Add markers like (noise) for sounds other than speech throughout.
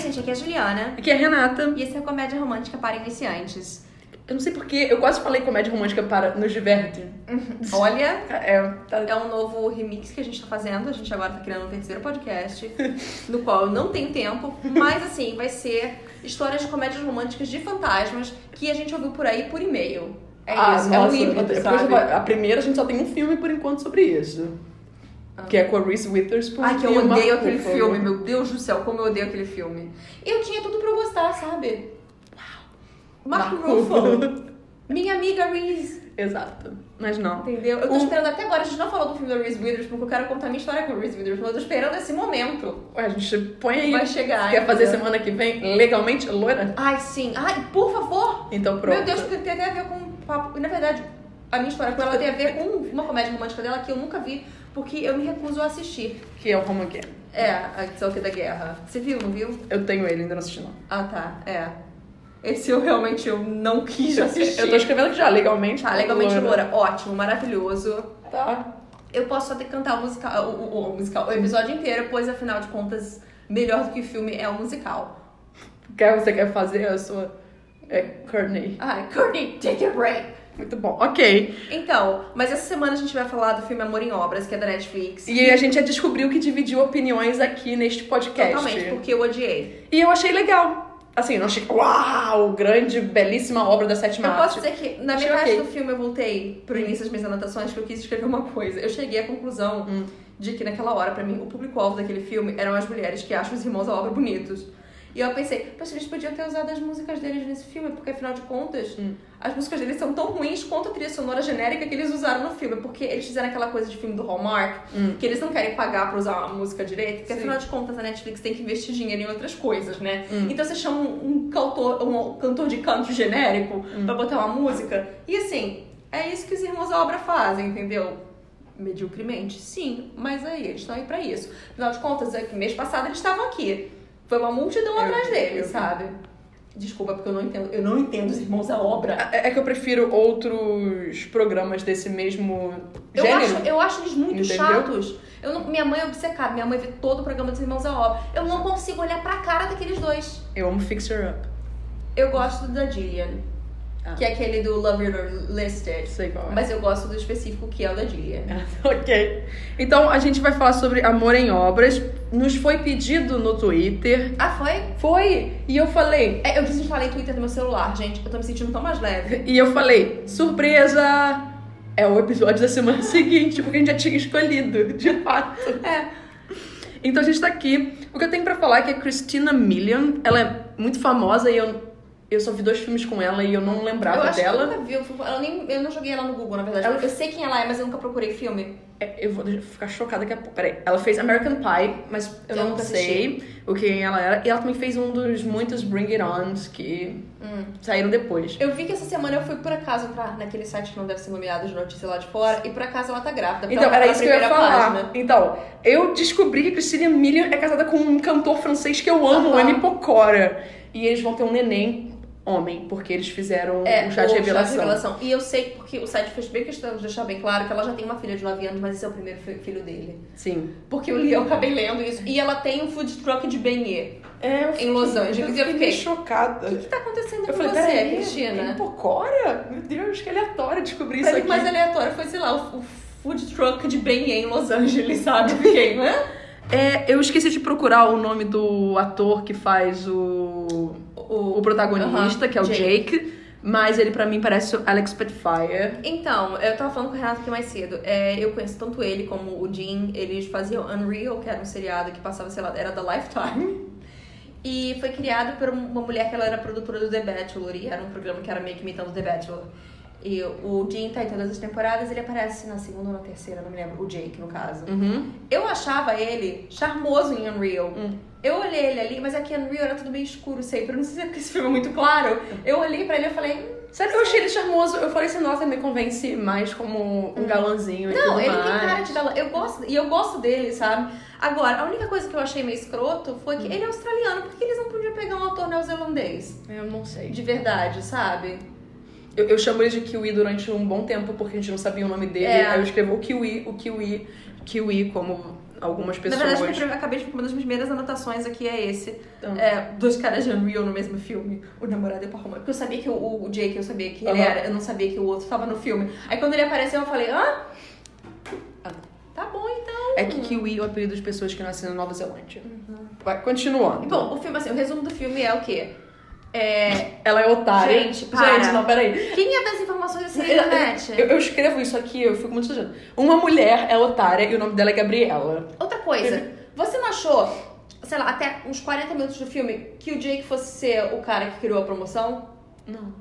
gente, aqui é a Juliana. Aqui é a Renata. E esse é o Comédia Romântica para Iniciantes. Eu não sei porquê, eu quase falei comédia romântica para nos diverte. Olha, É, tá... é um novo remix que a gente tá fazendo. A gente agora tá criando um terceiro podcast, (laughs) no qual eu não tenho tempo, mas assim, vai ser histórias de comédias românticas de fantasmas que a gente ouviu por aí por e-mail. É Ah, isso, é nossa, um híbrido, depois sabe? vai- A primeira a gente só tem um filme por enquanto sobre isso. Que é com a Reese Witherspoon. Ah. Ai, que eu e o Mark odeio aquele Ruffalo. filme, meu Deus do céu, como eu odeio aquele filme. Eu tinha tudo pra eu gostar, sabe? Mark Ruffalo. Minha amiga Reese, (laughs) Exato. Mas não. entendeu? Eu tô Um- esperando até agora, a gente não falou do filme da Reese Witherspoon, porque eu quero contar minha história com a Reese Witherspoon, eu tô esperando esse momento. Ué, a gente põe aí. Vai chegar. então. Quer fazer entendeu? semana que vem legalmente loira? Ai, sim. Ai, por favor. Então pronto. Meu Deus, porque tem até a ver com... um papo- Na verdade, a minha história com ela tem a ver com uma comédia romântica dela que eu nunca vi, porque eu me recuso a assistir. Que é o Home Again. É, a edição aqui da guerra. Você viu, não viu? Eu tenho ele, ainda não assisti não. Ah, tá. É. Esse eu realmente eu não quis assistir. Eu tô escrevendo aqui já, legalmente. Tá, legalmente loura. Ótimo, maravilhoso. Tá. Eu posso só ter que cantar o musical, o, o- o musical, o episódio inteiro, pois afinal de contas, melhor do que filme é o musical. Quer, você quer fazer a sua. É Courtney. Ai, Courtney, take a break! Muito bom. Ok. Então, mas essa semana a gente vai falar do filme Amor em Obras, que é da Netflix. E a gente já descobriu que dividiu opiniões aqui neste podcast. Totalmente, porque eu odiei. E eu achei legal. Assim, eu não achei. Uau! Grande, belíssima obra da sétima Eu posso arte. dizer que na Achei metade ok. do filme eu voltei pro início das minhas anotações porque eu quis escrever uma coisa. Eu cheguei à conclusão de que naquela hora, pra mim, o público-alvo daquele filme eram as mulheres que acham os irmãos à obra bonitos. E eu pensei, poxa, eles podiam ter usado as músicas deles nesse filme, porque afinal de contas, as músicas deles são tão ruins quanto a trilha sonora genérica que eles usaram no filme, porque eles fizeram aquela coisa de filme do Hallmark, que eles não querem pagar pra usar a música direito, porque Hum. Sim. afinal de contas a Netflix tem que investir dinheiro em outras coisas, né? Hum. Então você chama um, um cantor, um cantor de canto genérico Hum. pra botar uma música. E assim, é isso que os irmãos à obra fazem, entendeu? Mediocremente, sim, mas aí eles estão aí pra isso. Afinal de contas, é que mês passado eles estavam aqui. Foi uma multidão Eu- atrás eu- deles, sabe? Desculpa, porque eu não entendo. Eu não entendo os irmãos à obra. É é que eu prefiro outros programas desse mesmo Eu gênero. acho, eu acho eles muito Entendeu? chatos. Eu não- minha mãe é obcecada, minha mãe vê todo o programa dos Irmãos à Obra. Eu não consigo olhar pra cara daqueles dois. Eu amo Fix Her Up. Eu gosto da Jillian, Ah. que é aquele do Love Your Listed. Sei qual é. Mas eu gosto do específico que é o da Jillian. (laughs) ok. Então a gente vai falar sobre amor em obras. Nos foi pedido no Twitter. Ah, foi? Foi! E eu falei. É, eu desinstalei Twitter do meu celular, gente. Eu tô me sentindo tão mais (laughs) leve. E eu falei, surpresa! É o episódio da semana (laughs) seguinte, porque a gente já tinha escolhido, de fato. É. Então a gente tá aqui. O que eu tenho pra falar é que a Christina Milian, ela é muito famosa e eu, eu só vi dois filmes com ela e eu não eu lembrava acho dela. que eu nunca vi. o filme. Eu, nem, eu não joguei ela no Google, na verdade. Ela- Eu sei quem ela é, mas eu nunca procurei filme. É, Eu vou deixa- ficar chocada daqui a pouco. Peraí. Ela fez American Pie, mas eu, Eu não nunca sei o que ela era. E ela também fez um dos muitos Bring It Ons que Hum. saíram depois. Eu vi que essa semana eu fui por acaso entrar naquele site que não deve ser nomeado de notícia lá de fora, e por acaso ela tá grávida. porque Então, ela tá era na isso que eu ia primeira falar. página. Então, eu descobri que a Christina Milian é casada com um cantor francês que eu amo, o Aham. Annie Pocora. E eles vão ter um neném homem, porque eles fizeram É, um chá de o revelação. E eu sei, porque o site fez bem questão de deixar bem claro que ela já tem uma filha de 9 anos, mas esse é o primeiro fi- filho dele. Sim. Porque eu li, eu acabei lendo isso. E ela tem um food truck de beignet. É, eu Em Los Angeles, eu fiquei- meio chocada. O que tá acontecendo Eu com falei, você, peraí, Annie Cristina? Pocora? Meu Deus, que aleatório descobrir isso Pra mim, aqui. o mais aleatório foi, sei lá, o, o food truck de beignet em Los Angeles, sabe? Fiquei, né? É, eu esqueci de procurar o nome do ator que faz o, o protagonista, Aham, que é o Jake. Jake. mas ele pra mim parece o Alex Petfire. Então, eu tava falando com o Renato aqui mais cedo. É, eu conheço tanto ele como o Jim. Eles faziam Unreal, que era um seriado que passava, sei lá, era da Lifetime. E foi criado por uma mulher que ela era produtora do The Bachelor. E era um programa que era meio que imitando The Bachelor. E o Jim tá em todas as temporadas. Ele aparece na segunda ou na terceira, não me lembro. O Jake, no caso. Uhum. Eu achava ele charmoso em Unreal. Hum. Eu olhei ele ali, mas aqui em Unreal era tudo meio escuro sempre. Eu não sei se é porque esse filme é muito claro. Eu olhei pra ele e falei... "Hum, Sério, eu achei ele charmoso. Eu falei assim, nossa, me convence mais como um galãzinho e Uhum. Não, tudo ele mais. tem cara de galã. Eu gosto, e eu gosto dele, sabe? Agora, a única coisa que eu achei meio escroto foi Hum. que ele é australiano. Por que eles não podiam pegar um ator neozelandês? Eu não sei. De verdade, sabe? Eu, eu chamo ele de Kiwi durante um bom tempo, porque a gente não sabia o nome dele. É. Aí eu escrevo o Kiwi, o Kiwi, Kiwi como algumas Na pessoas. verdade, eu acabei de uma das minhas primeiras anotações aqui é esse. Então. É, dois caras de Unreal no mesmo filme. O namorado e o Paloma. Porque eu sabia que o, o Jake, eu sabia que ele Aham. era. Eu não sabia que o outro tava no filme. Aí quando ele apareceu, eu falei, hã? Ah, tá bom, então. É que Kiwi é o apelido de pessoas que nascem na Nova Zelândia. Vai, continuando. Uhum. Bom, o filme, assim, o resumo do filme é o quê? É... Ela é otária. Gente, para. Gente, não, peraí. Quem ia das informações assim na Eu- internet? Eu, eu escrevo isso aqui, eu fico muito chateada. Uma mulher é otária e o nome dela é Gabriela. Outra coisa, você não achou, sei lá, até uns 40 minutos do filme que o Jake fosse ser o cara que criou a promoção? Não.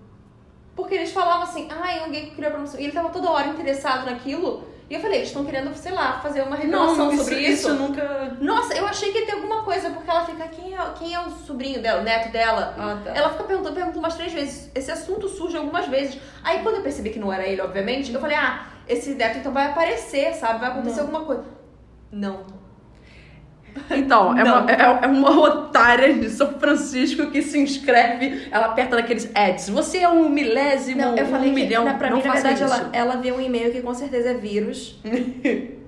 Porque eles falavam assim, ah, é um gay que criou a promoção. E ele tava toda hora interessado naquilo. E eu falei, eles estão querendo, sei lá, fazer uma Não, revelação isso, sobre isso isso. nunca. Nossa, eu achei que ia ter alguma coisa, porque ela fica, quem é, quem é o sobrinho dela, o neto dela? Ah, tá. Ela fica perguntando, perguntando umas três vezes. Esse assunto surge algumas vezes. Aí quando eu percebi que não era ele, obviamente, eu falei, ah, esse neto então vai aparecer, sabe? Vai acontecer Não. alguma coisa. Não. Então, é Não. uma, é, é uma otária de São Francisco que se inscreve, ela aperta naqueles ads. Você é um milésimo, Não, eu falei um que milhão, na, pra não mim, na faça verdade, isso. ela, ela vê um e-mail que com certeza é (laughs) vírus.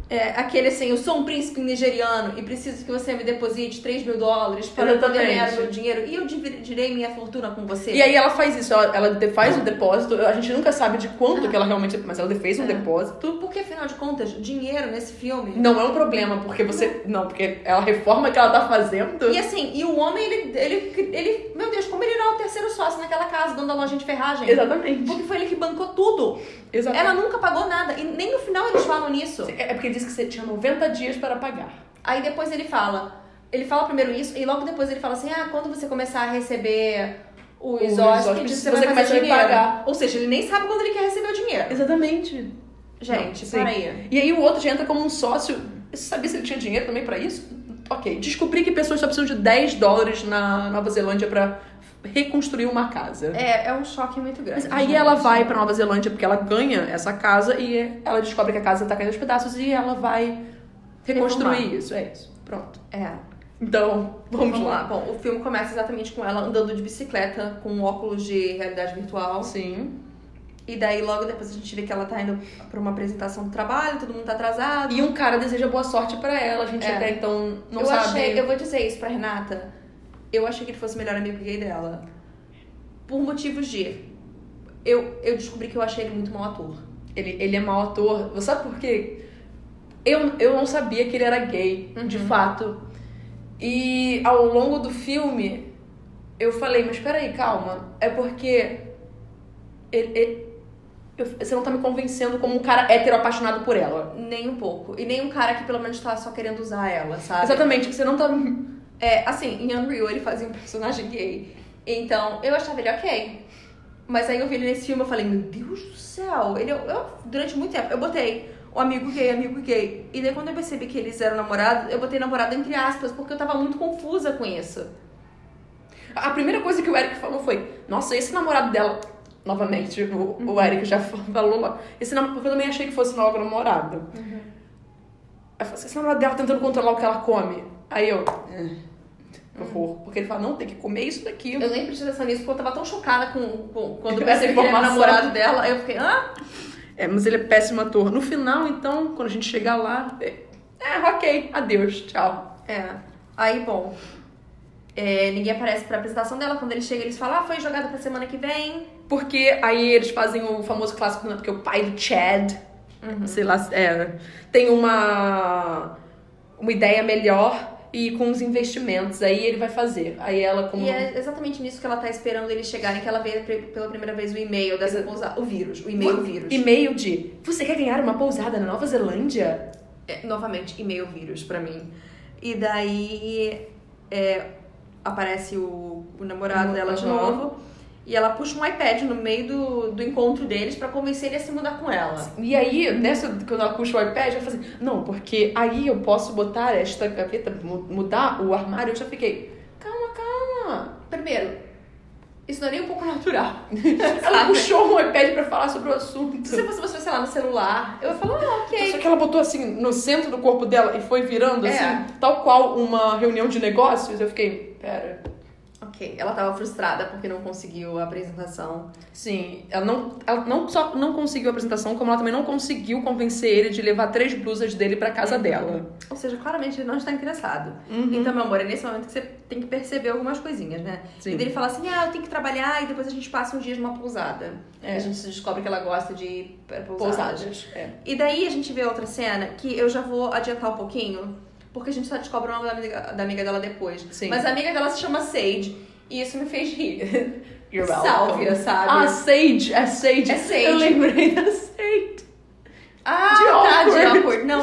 é, aquele assim, eu sou um príncipe nigeriano e preciso que você me deposite 3 mil dólares para eu poder Exatamente. ganhar meu dinheiro e eu dividirei minha fortuna com você. E aí ela faz isso, ela, ela de- faz o depósito, a gente nunca sabe de quanto que ela realmente... Mas ela fez um É. depósito. Porque, afinal de contas, dinheiro nesse filme... Não é um problema, porque você... Não, porque ela reforma que ela tá fazendo... E assim, e o homem, ele, ele, ele... Meu Deus, como ele não é o terceiro sócio naquela casa, dono da loja de ferragem? Exatamente. assim, Porque foi ele que bancou tudo. Exatamente. Ela nunca pagou nada. E nem no final eles falam nisso. É é porque diz que você tinha 90 dias para pagar. Aí depois ele fala. Ele fala primeiro isso e logo depois ele fala assim: ah, quando você começar a receber os Os hóspedes, hóspedes, você, você vai fazer começa a me dinheiro. pagar. Ou seja, ele nem sabe quando ele quer receber o dinheiro. Exatamente. Gente, Não, para sim. aí. E aí o outro já entra como um sócio. Você sabia se ele tinha dinheiro também pra isso? Ok. Descobri que pessoas só precisam de 10 dólares na Nova Zelândia pra reconstruir uma casa. É, é um choque muito grande. Mas aí gente. ela vai pra Nova Zelândia porque ela ganha essa casa e ela descobre que a casa tá caindo aos pedaços e ela vai reconstruir Reformar. isso. É isso. Pronto. É. Então, vamos, lá. Bom, o filme começa exatamente com ela andando de bicicleta com um óculos de realidade virtual. Sim. E daí logo depois a gente vê que ela tá indo pra uma apresentação do trabalho, todo mundo tá atrasado. E um cara deseja boa sorte pra ela. A gente É. até então não eu sabe. achei, eu vou dizer isso pra Renata. Eu achei que ele fosse o melhor amigo gay dela. Por motivos de. Eu, eu descobri que eu achei ele muito mau ator. Ele, ele é mau ator. Você sabe por quê? Eu, eu não sabia que ele era gay, Uhum. de fato. E ao longo do filme, eu falei, mas peraí, calma. É porque. Ele, ele- eu- você não tá me convencendo como um cara hétero apaixonado por ela. Nem um pouco. E nem um cara que pelo menos tá só querendo usar ela, sabe? Exatamente, você não tá. É, assim, em Unreal ele fazia um personagem gay. Então eu achava ele ok. Mas aí eu vi ele nesse filme e falei, meu Deus do céu. Ele, eu, eu- durante muito tempo, eu botei o amigo gay, amigo gay. E daí quando eu percebi que eles eram namorados, eu botei namorado entre aspas, porque eu tava muito confusa com isso. A primeira coisa que o Eric falou foi: Nossa, esse namorado dela. Novamente, o, o Eric já falou lá. Esse namorado, porque eu também achei que fosse logo namorado. Aí eu falei, assim, esse namorado dela tá tentando controlar o que ela come. Aí eu. "Eh, que Horror. Porque ele fala, não, tem que comer isso daqui. Eu nem prestei atenção nisso porque eu tava tão chocada com, com- quando eu Essa percebi que ele era informação. namorado dela. Aí eu fiquei, "Ah, hã? É, mas ele é péssimo ator. No final, então, quando a gente chegar lá. É, é, ok, adeus, tchau. É. Aí, bom. é, ninguém aparece pra apresentação dela. Quando ele chega, eles falam, ah, foi jogada pra semana que vem. Porque aí eles fazem o famoso clássico, né, porque o pai do Chad, Uhum. sei lá, é, tem uma, uma ideia melhor e com os investimentos. Aí ele vai fazer. Aí ela, como. E é exatamente nisso que ela tá esperando eles chegarem, que ela vê pre- pela primeira vez o e-mail dessa pousa- O vírus, o e-mail vírus. E-mail de: Você quer ganhar uma pousada na Nova Zelândia? É, novamente, e-mail vírus pra mim. E daí é, aparece o, o namorado dela de Uhum. novo. E ela puxa um iPad no meio do, do encontro deles pra convencer ele a se mudar com ela. E aí, nessa, quando ela puxa o iPad, ela fala assim, não, porque aí eu posso botar esta gaveta, mu- mudar o armário. Eu já fiquei, calma, calma. Primeiro, isso não é nem um pouco (laughs) natural. Ela sabe? puxou um iPad pra falar sobre o assunto. Se você fosse, sei lá, no celular, eu ia falar, ah, Só ok. que ela botou assim, no centro do corpo dela e foi virando, É. assim, tal qual uma reunião de negócios. Eu fiquei, pera, Ok. Ela tava frustrada porque não conseguiu a apresentação. Sim, ela não, ela não só não conseguiu a apresentação, como ela também não conseguiu convencer ele de levar três blusas dele pra casa dela. Ou seja, claramente ele não está interessado. Então, meu amor, é nesse momento que você tem que perceber algumas coisinhas, né? Sim. E dele fala assim: ah, eu tenho que trabalhar e depois a gente passa uns dias numa pousada. É. A gente descobre que ela gosta de ir pra pousadas. Pousadas. É. E daí a gente vê outra cena que eu já vou adiantar um pouquinho, porque a gente só descobre o nome da amiga, da amiga dela depois. Sim. Mas a amiga dela se chama Sage e isso me fez rir. You're welcome. (laughs) Sálvia, Ah, sabe? Sage. É Sage. É Sage. Eu lembrei da Sage. Ah, de tá, de awkward. awkward. Não,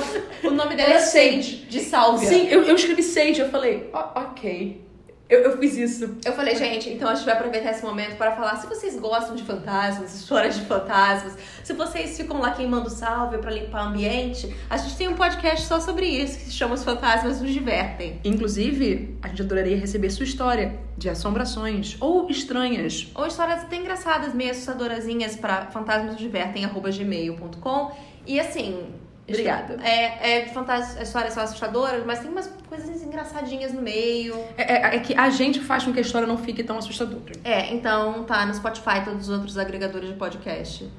o nome dela é, Ela é Sage, de Sálvia. Sim, eu, eu escrevi Sage. Eu falei, "Ó, ok. Eu, eu fiz isso. Eu falei, gente, então a gente vai aproveitar esse momento para falar se vocês gostam de fantasmas, histórias de fantasmas, se vocês ficam lá queimando salve para limpar o ambiente, a gente tem um podcast só sobre isso, que se chama Os Fantasmas Nos Divertem. Inclusive, a gente adoraria receber sua história de assombrações ou estranhas. Ou histórias até engraçadas, meio assustadorazinhas para fantasmasnosdivertem.gmail.com. E assim. Obrigada. É, é fantas- histórias só assustadoras, mas tem umas coisas engraçadinhas no meio. É, é- é que a gente faz com que a história não fique tão assustadora. É, então tá no Spotify e todos os outros agregadores de podcast.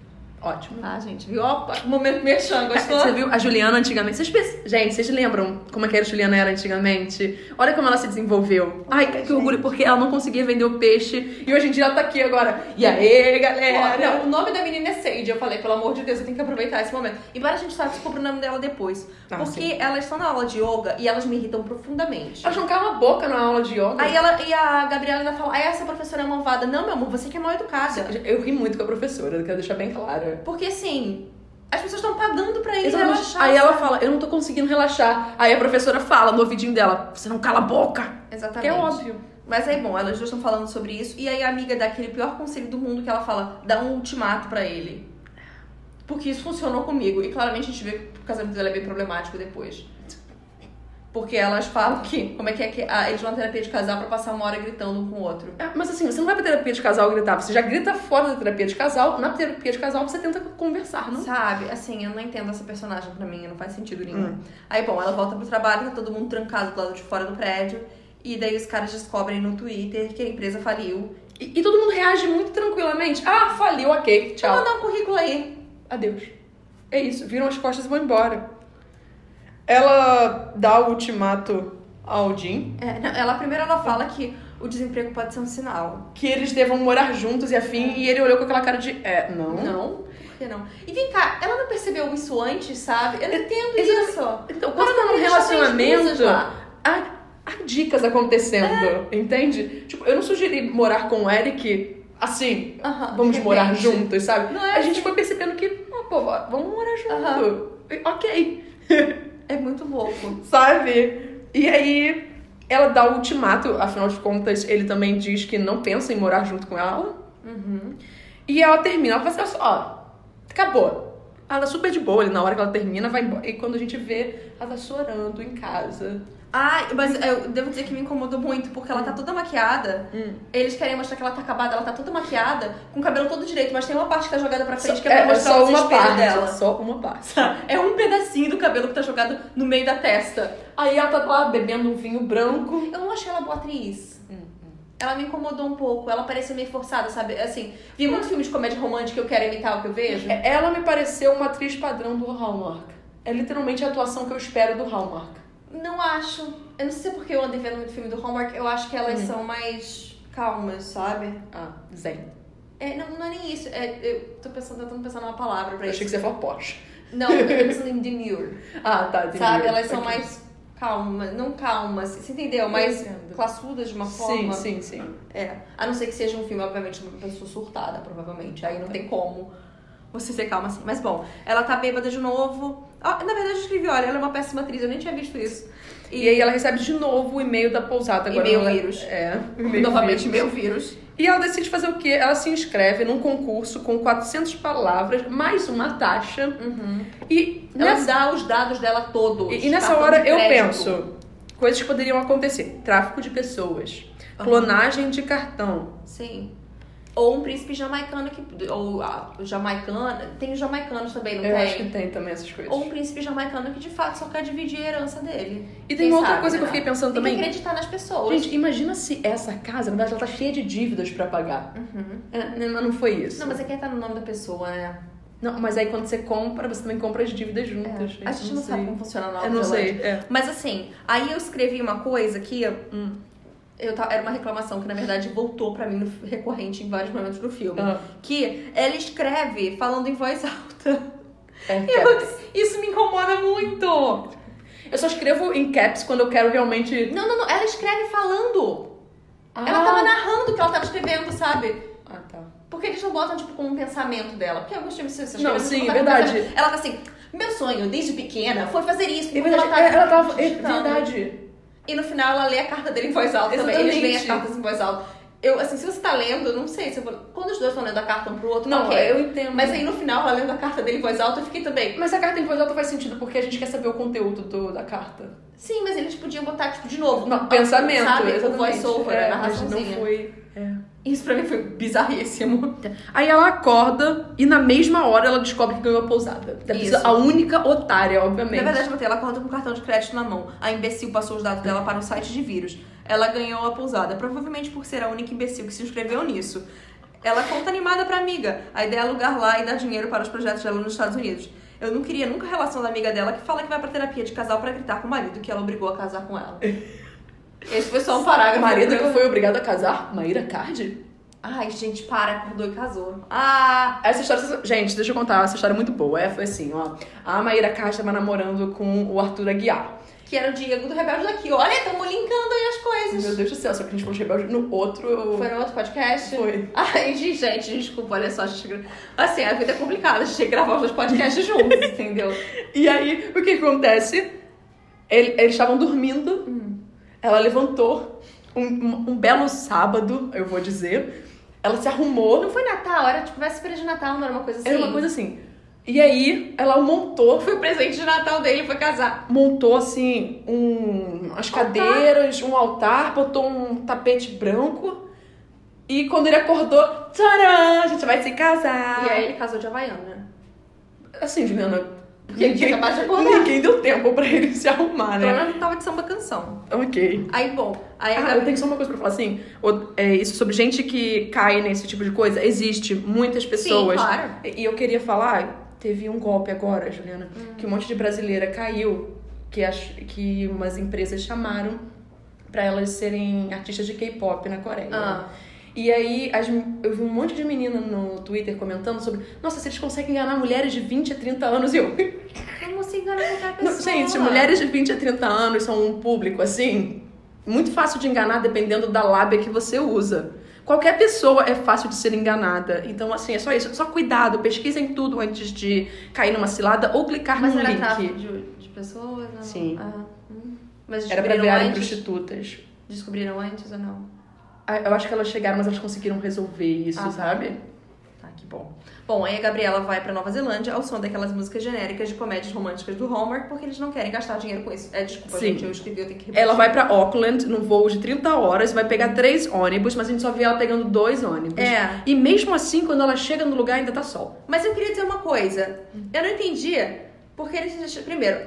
Ótimo. Tá, gente? Viu? Opa, momento merchan, (laughs) gostou? Você viu a Juliana antigamente? Vocês pensam- Gente, vocês lembram como é que era a Juliana era antigamente? Olha como ela se desenvolveu. Ai, que Gente. orgulho, porque ela não conseguia vender o peixe e hoje em dia ela tá aqui agora. E aí, Ó, galera? não, o nome da menina é Sage. Eu falei, pelo amor de Deus, eu tenho que aproveitar esse momento. E para a gente estar descobrindo o nome dela depois. Ah, porque sim. elas estão na aula de yoga e elas me irritam profundamente. Elas não calam a boca na aula de yoga. Aí ela e a Gabriela ainda fala, ah, essa professora é malvada. Não, meu amor, você que é mal educada. Eu ri muito com a professora, eu quero deixar bem claro. Porque assim, as pessoas estão pagando pra eles Exatamente. relaxar. Aí ela sabe? fala, eu não tô conseguindo relaxar. Aí a professora fala no ouvidinho dela, você não cala a boca. Exatamente. Que é óbvio. Mas aí, bom, elas duas estão falando sobre isso. E aí a amiga dá aquele pior conselho do mundo que ela fala, dá um ultimato pra ele. Porque isso funcionou comigo. E claramente a gente vê que o casamento dela é bem problemático depois. Porque elas falam que, como é que é que ah, eles vão à terapia de casal pra passar uma hora gritando um com o outro. É, Mas assim, você não vai pra terapia de casal gritar, você já grita fora da terapia de casal. Na terapia de casal você tenta conversar, não? Sabe? Assim, eu não entendo essa personagem pra mim, não faz sentido nenhum. Aí, bom, ela volta pro trabalho, tá todo mundo trancado do lado de fora do prédio. E daí os caras descobrem no Twitter que a empresa faliu. E, e todo mundo reage muito tranquilamente. Ah, faliu, ok, Vou tchau. mandar um currículo aí. Adeus. É isso, viram as costas e vão embora. Ela dá o ultimato ao Jim É, não, ela primeiro ela fala que o desemprego pode ser um sinal. que eles devam morar juntos e afim, e ele olhou com aquela cara de é, não. Não? Por que não? E vem cá, ela não percebeu isso antes, sabe? Eu não entendo É, exatamente. isso. Então, Quando quando tá num ele já tem relacionamento, coisas lá. há, há dicas acontecendo, entende? Tipo, eu não sugeri morar com o Eric assim, Aham, vamos de morar repente. juntos, sabe? Não é A gente foi percebendo que, ah, pô, vamos morar junto. Ok. É muito louco. sabe? E aí ela dá o ultimato, afinal de contas, ele também diz que não pensa em morar junto com ela. Uhum. E ela termina, ela fala assim, ó, acabou. Ela tá super de boa ali na hora que ela termina, vai embora. E quando a gente vê, ela tá chorando em casa. Ah, mas eu devo dizer que me incomodou muito, porque ela tá toda maquiada. Hum. Eles querem mostrar que ela tá acabada, ela tá toda maquiada, com o cabelo todo direito, mas tem uma parte que tá jogada pra frente que é pra mostrar o desespero dela. Só uma parte. (laughs) É um pedacinho do cabelo que tá jogado no meio da testa. Aí ela tá lá bebendo um vinho branco. Eu não achei ela boa atriz. Hum, Ela me incomodou um pouco, ela pareceu meio forçada, sabe? Assim, vi muitos filmes de comédia romântica que eu quero imitar o que eu vejo. É, Ela me pareceu uma atriz padrão do Hallmark. É literalmente a atuação que eu espero do Hallmark. Não acho. Eu não sei se é porque eu andei vendo muito filme do Hallmark, eu acho que Uhum. elas são mais calmas, sabe? Ah, Zen. É, não, não é nem isso. É, eu tô pensando, tentando pensar numa palavra pra Eu achei isso. que você ia falar Porsche. Não, eu tô pensando em demure. (laughs) Ah, tá. entendi. sabe? Elas são Ok. mais calmas, não calmas, você entendeu? Mais entendo. classudas de uma Sim, forma. sim, sim. É. A não ser que seja um filme, obviamente, de uma pessoa surtada, provavelmente. Aí não tem como você ser calma assim. Mas bom, ela tá bêbada de novo. Ah, na verdade, eu escrevi, olha, ela é uma péssima atriz, eu nem tinha visto isso. E aí ela recebe de novo o e-mail da pousada agora. E-mail ela- (laughs) vírus. (laughs) É. novamente, vírus. meu vírus. E ela decide fazer o quê? Ela se inscreve num concurso com 400 palavras, mais uma taxa. E Ela Uhum. nessa, dá os dados dela todos. e- e nessa cartão hora de eu crédito. penso: coisas que poderiam acontecer. Tráfico de pessoas, Aham. clonagem de cartão, Sim. Ou um príncipe jamaicano que. Ou ah, jamaicana. Tem os jamaicanos também, não Eu tem? acho que é tem também essas coisas. Ou um príncipe jamaicano que de fato só quer dividir a herança dele. E tem Quem uma outra sabe, coisa que eu né? fiquei pensando Tem que também. acreditar nas pessoas. Gente, imagina se essa casa, na verdade, ela tá cheia de dívidas pra pagar. Uhum. É, né, mas não foi isso. Não, mas é quer estar no nome da pessoa, né? Não, mas aí quando você compra, você também compra as É. dívidas juntas. A gente não, sabe como funciona a Nova Eu não Zelândia. sei. É. Mas assim, aí eu escrevi uma coisa que hum, eu ta- era uma reclamação que na verdade voltou pra mim no- recorrente em vários momentos do filme, Ah, que ela escreve falando em voz alta. é, E cap. eu- isso me incomoda muito. Não, Eu só escrevo em caps quando eu quero realmente. (laughs) não, não, ela escreve falando. Ah. Ela tava narrando o que ela tava escrevendo, sabe? Ah, tá. Porque eles não botam, tipo, como um pensamento dela. Porque alguns filmes, se você Não, escreve, sim, é tá verdade. pensando. Ela tá assim, meu sonho desde pequena foi fazer isso. É porque verdade, tá é, ela tava. É digitando. verdade. E no final ela lê a carta dele em voz alta também. Eles Exatamente. leem as cartas em voz alta. Eu, assim, se você tá lendo, eu não sei se eu vou... Quando os dois estão lendo a carta um pro outro, Não, é. ok. eu entendo. Mas aí no final, ela lendo a carta dele em voz alta, eu fiquei também... Mas a carta em voz alta faz sentido porque a gente quer saber o conteúdo do- da carta. Sim, mas eles podiam botar, tipo, de novo. Não, pensamento, Sabe? O exatamente. voice over, É, a mas narraçãozinha. Não foi. é. Isso pra mim foi bizarríssimo. Aí ela acorda e na mesma hora ela descobre que ganhou a pousada. Deve ser Isso. a única otária, obviamente. Na verdade, botei, ela acorda com o cartão de crédito na mão. A imbecil passou os dados dela para um site de vírus. Ela ganhou a pousada, provavelmente por ser a única imbecil que se inscreveu nisso. Ela conta animada pra amiga. A ideia é alugar lá e dar dinheiro para os projetos dela nos Estados Unidos. Eu não queria nunca a relação da amiga dela que fala que vai pra terapia de casal pra gritar com o marido que ela obrigou a casar com ela. (laughs) Esse foi só um o parágrafo. marido que Eu- foi obrigado a casar, Maíra Cardi? Ai, gente, para, acordou e casou. Ah! Essa história. Gente, deixa eu contar, essa história é muito boa. É, foi assim, ó. A Maíra Cardi tava namorando com o Arthur Aguiar. Que era o Diego do Rebelde daqui. Olha, tamo linkando aí as coisas. Meu Deus do céu, só que a gente falou de rebelde no outro. Foi no outro podcast? Foi. (laughs) Ai, gente, gente, desculpa, olha só. a gente- Assim, a vida é complicada, a gente tem que gravar os dois (laughs) podcasts juntos, entendeu? E aí, o que que acontece? Ele- Eles estavam dormindo. Hum. Ela levantou um, um- um belo sábado, eu vou dizer. Ela se arrumou. Não foi Natal, era tipo véspera de Natal, não era uma coisa assim? Era uma coisa assim. E aí, ela montou, Foi o presente de Natal dele, foi casar. montou assim, um, as cadeiras, um altar, botou um tapete branco. E quando ele acordou, tcharam, a gente vai se casar. Ah, E aí ele casou de (laughs) Havaiana. assim, Juliana, E ele tinha ninguém, acabado de acordar. ninguém deu tempo pra ele se arrumar, Pelo né? menos não tava de samba canção. Ok. Aí, bom, aí a Ah, eu Gabi- tenho só uma coisa pra falar, assim, o- é, isso sobre gente que cai nesse tipo de coisa, existe muitas Sim, pessoas. claro. E e eu queria falar, teve um golpe agora, Juliana, que um monte de brasileira caiu, que, as, que umas empresas chamaram pra elas serem artistas de K-pop na Coreia. Ah, E aí as m- eu vi um monte de menina no Twitter comentando sobre, nossa, se eles conseguem enganar mulheres de 20 a 30 anos, e eu... não consigo enganar qualquer Não, pessoa. gente, mulheres de 20 a 30 anos são um público, assim, muito fácil de enganar dependendo da lábia que você usa. Qualquer pessoa é fácil de ser enganada. Então, assim, é só isso. Só cuidado, pesquisem tudo antes de cair numa cilada ou clicar Mas num era link. tráfico de, de pessoas? Não? Sim. Ah, hum. Mas Era pra descobriram virarem antes? prostitutas. Descobriram antes ou não? Ah, Eu acho que elas chegaram, mas elas conseguiram resolver isso, Ah, tá. sabe? Tá, que bom. Bom, aí a Gabriela vai pra Nova Zelândia ao som daquelas músicas genéricas de comédias românticas do Hallmark, porque eles não querem gastar dinheiro com isso. É, desculpa, Sim. gente, eu escrevi, eu tenho que repetir. Ela vai pra Auckland num voo de 30 horas, vai pegar três ônibus, mas a gente só vê ela pegando dois ônibus. É. E mesmo assim, quando ela chega no lugar, ainda tá sol. Mas eu queria dizer uma coisa. Eu não entendi, porque eles... Primeiro,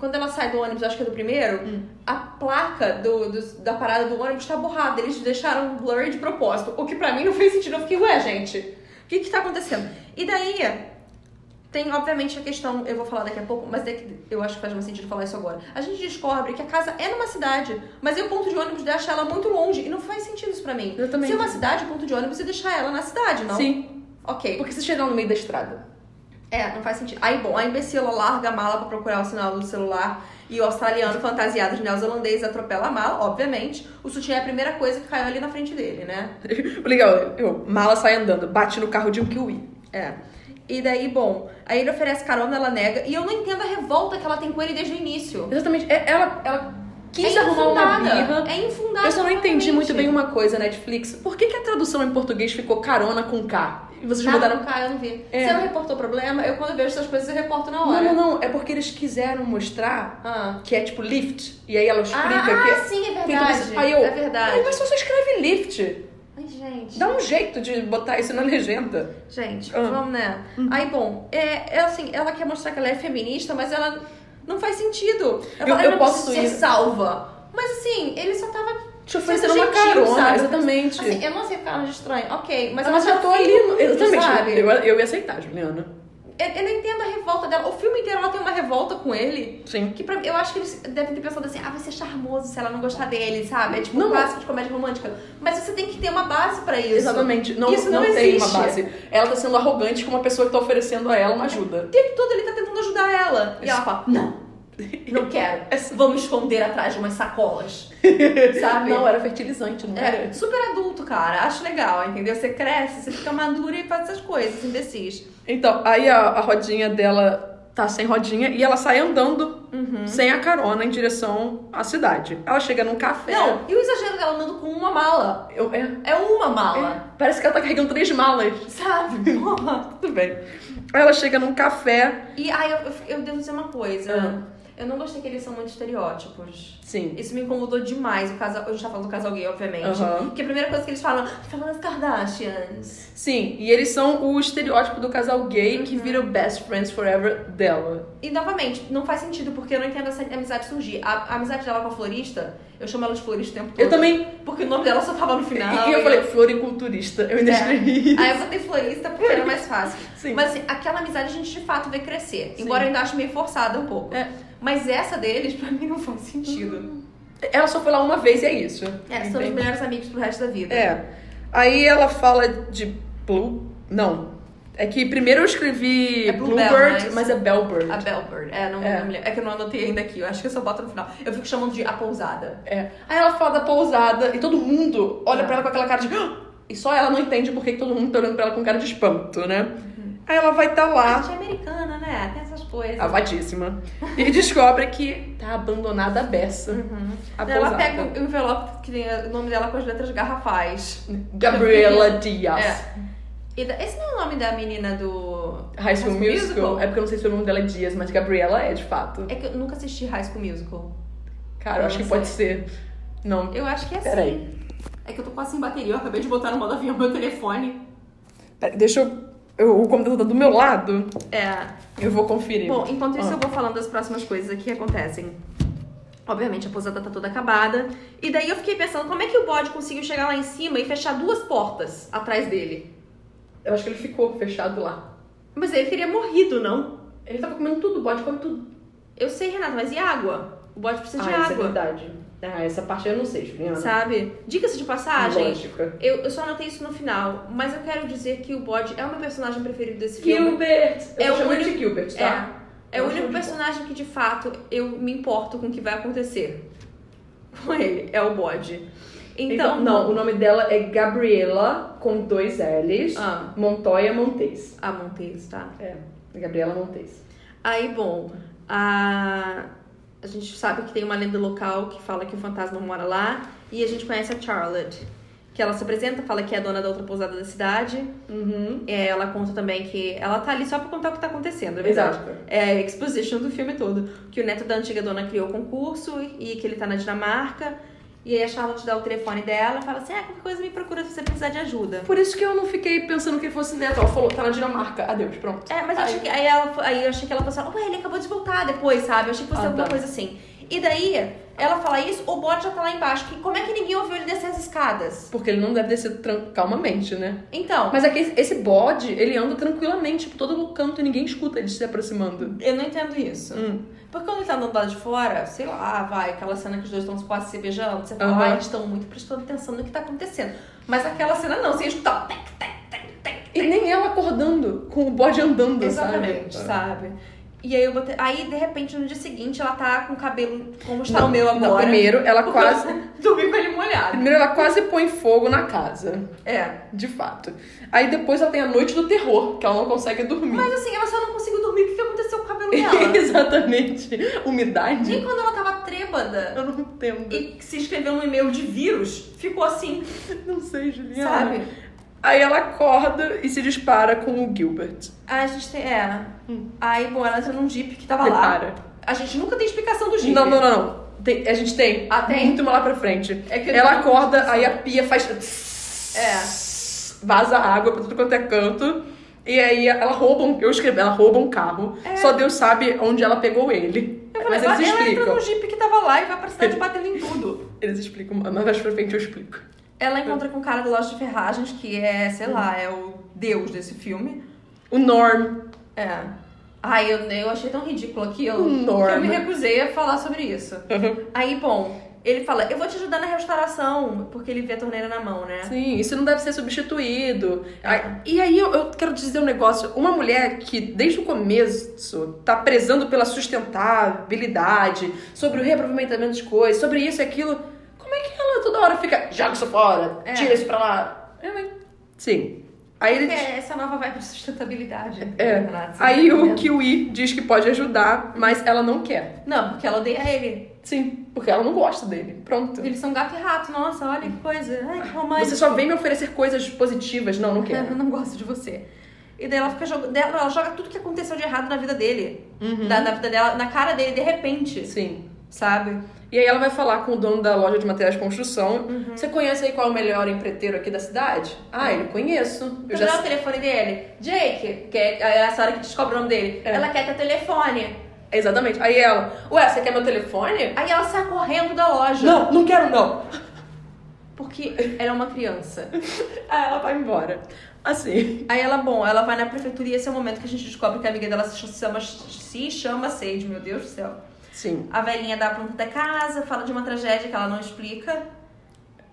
quando ela sai do ônibus, acho que é do primeiro, Hum. a placa do, do- da parada do ônibus tá borrada. Eles deixaram um blur de propósito, o que pra mim não fez sentido. Eu fiquei, ué, gente, o que que tá acontecendo? E daí, Tem, obviamente, a questão, eu vou falar daqui a pouco, mas é que eu acho que faz mais sentido falar isso agora. A gente descobre que a casa é numa cidade, mas aí o ponto de ônibus deixa ela muito longe, e não faz sentido isso pra mim. Eu também. Se é uma cidade, o ponto de ônibus é deixar ela na cidade, não? Sim. Ok. Porque se chegar no meio da estrada. É, não faz sentido. Aí, bom, a imbecil ela larga a mala pra procurar o sinal do celular, e o australiano fantasiado de neozelandês atropela a mala, obviamente. O sutiã é a primeira coisa que caiu ali na frente dele, né? Legal, eu, mala sai andando, bate no carro de um kiwi. É. E daí, bom, aí ele oferece carona, ela nega, e eu não entendo a revolta que ela tem com ele desde o início. Exatamente, é- ela, ela quis é arrumar uma infundada. birra. É infundada. Eu só não entendi completamente. muito bem uma coisa, Netflix. Por que, que a tradução em português ficou carona com K? E vocês Tá, mudaram. não cai, eu não vi. É. Você não reportou o problema? Eu quando vejo essas coisas eu reporto na Não, hora. não, não. É porque eles quiseram mostrar Ah. que é tipo lift. E aí ela Ah, explica que. sim, é Tem tudo verdade. isso. Aí eu. É verdade. Aí, mas só se escreve lift. Ai, gente. Dá um jeito de botar isso na legenda. Gente, Ah. vamos, né? Aí, bom, é, é assim, ela quer mostrar que ela é feminista, mas ela não faz sentido. Ela Eu- fala, eu não posso preciso ir." ser salva. Mas assim, ele só tava. Te Sendo oferecendo uma é gentil, carona, sabe? exatamente. Assim, eu não sei ficar de estranho, ok, mas Ah, ela já eu tô ali. no- Exatamente. Sabe? Eu, eu ia aceitar, Juliana. Eu, eu não entendo a revolta dela. O filme inteiro ela tem uma revolta com ele. Sim. Que pra, eu acho que eles devem ter pensado assim, ah, vai ser charmoso se ela não gostar dele, sabe? É tipo um Não. clássico de comédia romântica. Mas você tem que ter uma base pra isso. Exatamente. Não, Isso não não, tem existe. uma base. Ela tá sendo arrogante com uma pessoa que tá oferecendo a ela uma ajuda. O tempo todo ele tá tentando ajudar ela. E ela fala, não, não quero. (laughs) Vamos esconder atrás de umas sacolas. Sabe? Não, era fertilizante, não É, era? super adulto, cara. Acho legal, entendeu? Você cresce, você fica madura e faz essas coisas, imbecis. Então, aí a, a rodinha dela tá sem rodinha e ela sai andando Uhum. sem a carona em direção à cidade. Ela chega num café. Não, e o exagero dela andando com uma mala? Eu- é- É uma mala, é, parece que ela tá carregando três malas. (laughs) sabe? Porra. Tudo bem. Aí ela chega num café. E aí, eu, eu- eu devo dizer uma coisa. Ah. Eu não gostei que eles são muito estereótipos. Sim. Isso me incomodou demais. O casal, a gente tá falando do casal gay, obviamente. Aham. Porque a primeira coisa que eles falam, falam das Kardashians. Sim, e eles são o estereótipo do casal gay Uhum. que vira o best friends forever dela. E novamente, não faz sentido, porque eu não entendo essa amizade surgir. A, a amizade dela com a florista, eu chamo ela de florista o tempo todo. Eu também. Porque o nome dela só tava no final. (laughs) e eu (laughs) falei, floriculturista. Eu ainda É. (laughs) escrevi. Aí eu botei florista porque era mais fácil. Sim. Mas assim, aquela amizade a gente de fato vê crescer. Sim. Embora eu ainda ache meio forçada um pouco. É. Mas essa deles, (laughs) pra mim, não faz sentido. Ela só foi lá uma vez e é isso. É, são os Entende? melhores amigos pro resto da vida. É. Aí ela fala de Blue. Não. É que primeiro eu escrevi É Bluebell, Bluebird, mas- mas... é Bellbird. A Bellbird. É, não, É. não me lembro. É que eu não anotei ainda aqui. Eu acho que eu só boto no final. Eu fico chamando de a pousada. É. Aí ela fala da pousada e todo mundo olha É. pra ela com aquela cara de. "Ah!" E só ela não entende por que que todo mundo tá olhando pra ela com cara de espanto, né? Uhum. Aí ela vai estar tá lá. A gente é americana, né? Tem essas coisas. avadíssima. E descobre que tá abandonada a beça. A Uhum. ela pousada. pega o envelope que tem o nome dela com as letras garrafais. Gabriela Dias. É. E da- Esse não é o nome da menina do. High High School School Musical. Musical? É porque eu não sei se o nome dela é Dias, mas Gabriela é de fato. É que eu nunca assisti High School Musical. Cara, eu acho que pode ser. Não. Eu acho que é assim. Peraí. É que eu tô quase sem bateria. Eu acabei de botar no modo avião meu telefone. Pera, deixa eu. eu- O computador tá do meu lado. É. Eu vou conferir. Bom, enquanto isso, Ah. eu vou falando das próximas coisas que acontecem. Obviamente, a pousada tá toda acabada. E daí eu fiquei pensando, como é que o bode conseguiu chegar lá em cima e fechar duas portas atrás dele? Eu acho que ele ficou fechado lá. Mas ele teria morrido, não? Ele tava comendo tudo, o bode come tudo. Eu sei, Renata, mas e água? O bode precisa de ah, isso é água, verdade. Ah, essa parte eu não sei, Juliana. sabe? Diga-se de passagem, Lógica. eu, eu só anotei isso no final, mas eu quero dizer que o bode é o meu personagem preferido desse filme. Gilbert! Eu É tô o chamando único- de Gilbert, tá? É, é o Eu único chamo de personagem que de fato eu me importo com o que vai acontecer com ele. É o bode. Então. Então, não, o nome dela é Gabriela com dois L's, Ah, Montoya Montes. a Montes, tá? É, Gabriela Montes. Aí, bom, a... a gente sabe que tem uma lenda local que fala que o fantasma mora lá. E a gente conhece a Charlotte, que ela se apresenta, fala que é a dona da outra pousada da cidade. Uhum. É, ela conta também que ela tá ali só pra contar o que tá acontecendo, é verdade. Exato. É a exposition do filme todo. Que o neto da antiga dona criou o concurso e que ele tá na Dinamarca. E aí a Charlotte dá o telefone dela e fala assim: ah, qualquer coisa me procura se você precisar de ajuda. É Por isso que eu não fiquei pensando que ele fosse neto. Ela falou, tá na Dinamarca. Adeus, pronto. É, mas eu achei que. Aí, ela, fo- aí eu achei que ela falou assim: ué, ele acabou de voltar depois, sabe? Eu achei que fosse Ah, alguma tá. coisa assim. E daí, ela fala isso, o bode já tá lá embaixo. Que, como é que ninguém ouviu ele descer as escadas? Porque ele não deve ter sido tran- calmamente, né? Então, Mas é que esse bode, ele anda tranquilamente por todo canto e ninguém escuta ele se aproximando. Hum. eu não entendo isso. Porque quando ele tá andando lá de fora, sei lá, vai, aquela cena que os dois estão quase se beijando, você fala, Aham. ai, eles estão muito prestando atenção no que tá acontecendo. Mas aquela cena não, você escuta. tec, tec, tec, tec, E tec. nem ela acordando, com o bode andando, Exatamente, sabe? sabe? E aí eu botei. Aí, de repente, no dia seguinte, ela tá com o cabelo como está o meu agora. Não, tá primeiro, ela Porque quase... eu (laughs) Dormi com ele molhado. Primeiro, ela quase põe fogo na casa. É. De fato. Aí depois ela tem a noite do terror, que ela não consegue dormir. (laughs) Mas assim, ela só não conseguiu dormir porque aconteceu com o cabelo dela. Exatamente. Umidade? e quando ela tava trêbada Eu não entendo. e se inscreveu no e-mail de vírus, ficou assim, Não sei, Juliana. sabe? Aí ela acorda e se dispara com o Gilbert. Aí a gente tem. É. Hum. Aí, bom, ela entra num jeep que tava lá. Prepara. A gente nunca tem explicação do jeep. Não, não, não, não. Tem- a gente tem. Ah, tem? Muito mais lá pra frente. É que eu ela não- acorda, aí a pia faz. É. Vaza água pra tudo quanto é canto. E aí ela rouba um, eu escrevi, ela rouba um carro. Só Deus sabe onde ela pegou ele. É. Eu Mas falei, eles vai, ela entra explicam. no jipe que tava lá e vai pra cidade batendo em tudo. Eles explicam, mas mais pra frente eu explico. Ela encontra com o cara do Loja de Ferragens, que é, sei lá, é o deus desse filme. O Norm. É. Ai, eu, eu achei tão ridículo aquilo que eu Norma. me recusei a falar sobre isso. Uhum. Aí, bom, ele fala, eu vou te ajudar na restauração, porque ele vê a torneira na mão, né? Sim, isso não deve ser substituído. Ai, E aí eu, eu quero dizer um negócio. Uma mulher que desde o começo tá prezando pela sustentabilidade, sobre o reaproveitamento de coisas, sobre isso e aquilo, como é que ela toda hora fica, joga isso fora, É. tira isso pra lá? É, mas- É. Sim. Aí ele Porque é essa nova vai pra sustentabilidade. É. Renato, Aí tá o entendendo? Kiwi diz que pode ajudar, mas ela não quer. Não, porque ela odeia ele. Sim, porque ela não gosta dele. Pronto. Eles são gato e rato, nossa, olha que coisa. Ai, que romântico. Você só vem me oferecer coisas positivas. Não, não Eu quero. não gosto de você. E daí ela fica jogando. Ela ela joga tudo que aconteceu de errado na vida dele. Uhum. Da, na vida dela, na cara dele, de É. repente. Sim. Sabe? E aí ela vai falar com o dono da loja de materiais de construção. Você conhece aí qual é o melhor empreiteiro aqui da cidade? Ah, eu conheço. Eu Então já dá o sei. telefone dele. Jake, que é a- essa hora que descobre o nome dele. É. Ela quer teu telefone. Exatamente. Aí ela, ué, você quer meu telefone? Aí ela sai correndo da loja. Não, não quero não. Porque ela é uma criança. Aí ela vai embora. Assim. Aí ela, bom, ela vai na prefeitura e esse é o momento que a gente descobre que a amiga dela se chama, se chama Sage, meu Deus do céu. Sim. A velhinha dá a planta da casa, fala de uma tragédia que ela não explica.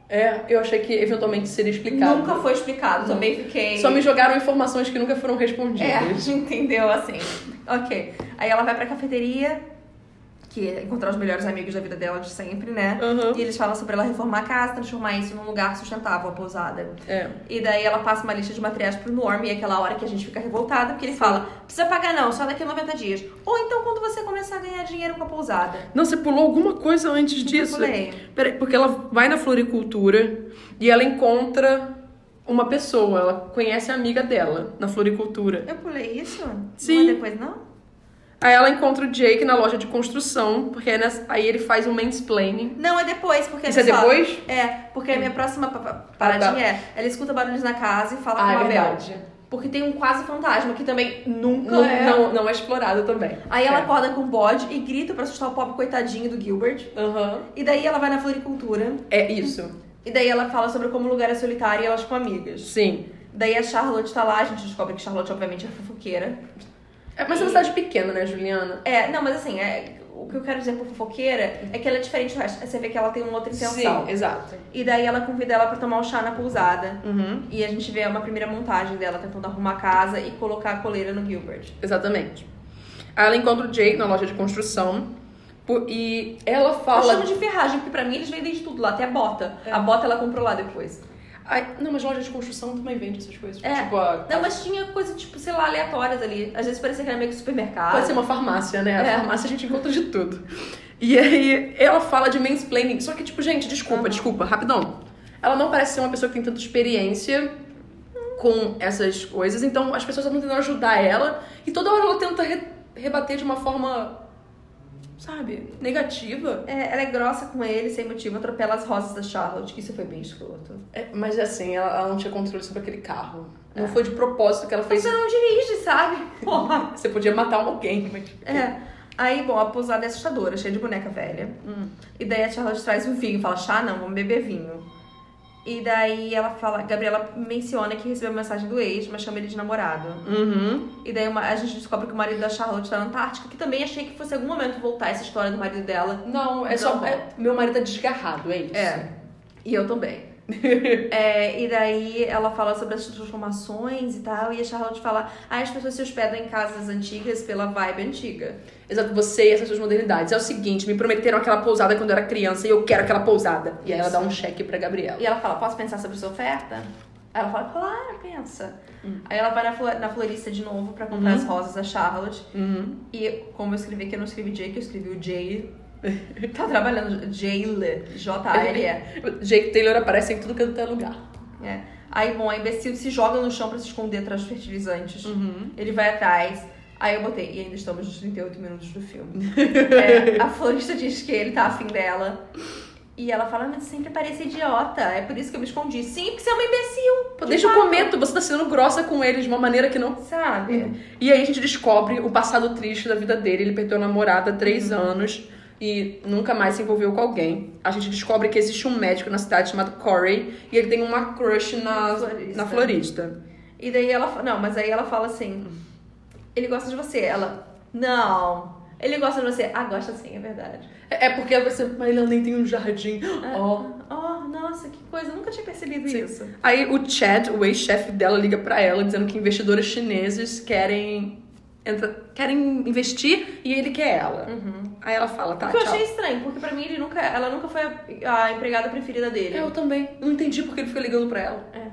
É, eu achei que eventualmente seria explicado. Nunca foi explicado, também fiquei. Só me jogaram informações que nunca foram É, respondidas. (laughs) entendeu assim. Ok. Aí ela vai pra cafeteria, que é encontrar os melhores amigos da vida dela de sempre, né? Uhum. E eles falam sobre ela reformar a casa, transformar isso num lugar sustentável, a pousada. É. E daí ela passa uma lista de materiais pro Norm e é aquela hora que a gente fica revoltada, porque ele fala, precisa pagar não, só daqui a 90 dias. Ou então quando você começar a ganhar dinheiro com a pousada. Não, você pulou alguma coisa antes disso. Pulei. Peraí, porque ela vai na floricultura e ela encontra uma pessoa, ela conhece a amiga dela na floricultura. Eu pulei isso? Sim. Não é depois não? Aí ela encontra o Jake na loja de construção, porque aí, nessa- aí ele faz um mansplaining. Não, é depois, porque Isso é ele fala- depois? Ah, tá. É, porque a minha próxima pa- pa- paradinha é, ela escuta barulhos na casa e fala é com a Bel. Porque tem um quase fantasma que também nunca Não, é. não, não é explorado também. Aí ela É. acorda com o bode e grita pra assustar o pobre coitadinho do Gilbert. Aham. E daí ela vai na floricultura. É isso. E daí ela fala sobre como o lugar é solitário e elas ficam amigas. Sim. Daí a Charlotte tá lá, a gente descobre que Charlotte, obviamente, é fofoqueira. É, mas é uma cidade pequena, né, Juliana? É, não, mas assim, é, o que eu quero dizer por fofoqueira é que ela é diferente do resto. Você vê que ela tem uma outra intenção. Sim, exato. E daí ela convida ela pra tomar um chá na pousada. Uhum. E a gente vê uma primeira montagem dela tentando arrumar a casa e colocar a coleira no Gilbert. Exatamente. Aí ela encontra o Jake na loja de construção pu- e ela Eu fala. chamo de ferragem, porque pra mim eles vendem de tudo lá, até a bota. A bota ela comprou lá depois. Ai, não, mas loja de construção também vende essas coisas. É. Tipo, a- Não, mas tinha coisa, tipo, sei lá, aleatórias ali. Às vezes parecia que era meio que supermercado. pode ser uma farmácia, né? A É. farmácia a gente encontra de tudo. E aí ela fala de mansplaining. Só que, tipo, gente, desculpa, desculpa, rapidão. Ela não parece ser uma pessoa que tem tanta experiência com essas coisas, então as pessoas estão tentando ajudar ela e toda hora ela tenta re- rebater de uma forma, sabe, negativa. É, ela é grossa com ele, sem motivo, atropela as rosas da Charlotte, que isso foi bem escroto. É, mas assim, ela, ela não tinha controle sobre aquele carro. Não foi de propósito que ela fez. Você não dirige, sabe? (laughs) Porra. Você podia matar alguém, mas. tipo, É. Aí, bom, a pousada é assustadora, cheia de boneca velha. E daí a Charlotte traz um vinho, fala, chá não, vamos beber vinho. E daí ela fala, Gabriela menciona que recebeu uma mensagem do ex, mas chama ele de namorado. Uhum. E daí uma- a gente descobre que o marido da Charlotte tá na Antártica, que também achei que fosse em algum momento voltar essa história do marido dela. Não, é Então só. bom. é- meu marido é desgarrado, é isso. É. E eu também. (laughs) É, e daí ela fala sobre as transformações e tal, e a Charlotte fala: ah, as pessoas se hospedam em casas antigas pela vibe antiga. Exato, você e essas suas modernidades. É o seguinte, me prometeram aquela pousada quando eu era criança e eu quero aquela pousada. E aí ela dá um cheque pra Gabriela. E ela fala: posso pensar sobre sua oferta? Aí ela fala: claro, pensa. Aí ela vai na, flo- na florista de novo pra comprar as rosas da Charlotte. Uhum. E como eu escrevi aqui, eu não escrevi Jake, eu escrevi o Jay. (laughs) tá trabalhando, Jayle, J-A-L-E. Jake Taylor aparece em tudo quanto é lugar. É. Aí, bom, a imbecil se joga no chão pra se esconder atrás dos fertilizantes. Hum. Uhum. Ele vai atrás. Aí eu botei, e ainda (laughs) estamos nos 38 minutos do filme. É, a florista diz que ele tá afim dela. E ela fala, mas eu sempre parece idiota, é por isso que eu me escondi. Sim, porque você é uma imbecil. Pô, Deixa eu fato. comento, você tá sendo grossa com ele de uma maneira que não. Sabe? E aí a gente descobre o passado triste da vida dele. Ele perdeu a namorada há três anos e nunca mais se envolveu com alguém. A gente descobre que existe um médico na cidade chamado Corey e ele tem uma crush na Florista. na florista. Hum. E daí ela fa- Não, mas aí ela fala assim. Ele gosta de você. Ela. Não. Ele gosta de você. Ah, gosta sim, é verdade. É é porque você. Mas ele nem tem um jardim. Ó. Oh, nossa, que coisa. Eu nunca tinha percebido Sim. isso. Aí o Chad, o ex-chefe dela, liga pra ela dizendo que investidores chineses querem entra- querem investir e ele quer ela. Aí ela fala, tá, o que eu tchau. achei estranho, porque pra mim ele nunca, ela nunca foi a, a empregada preferida dele. Eu também. Não entendi porque ele fica ligando pra ela. É.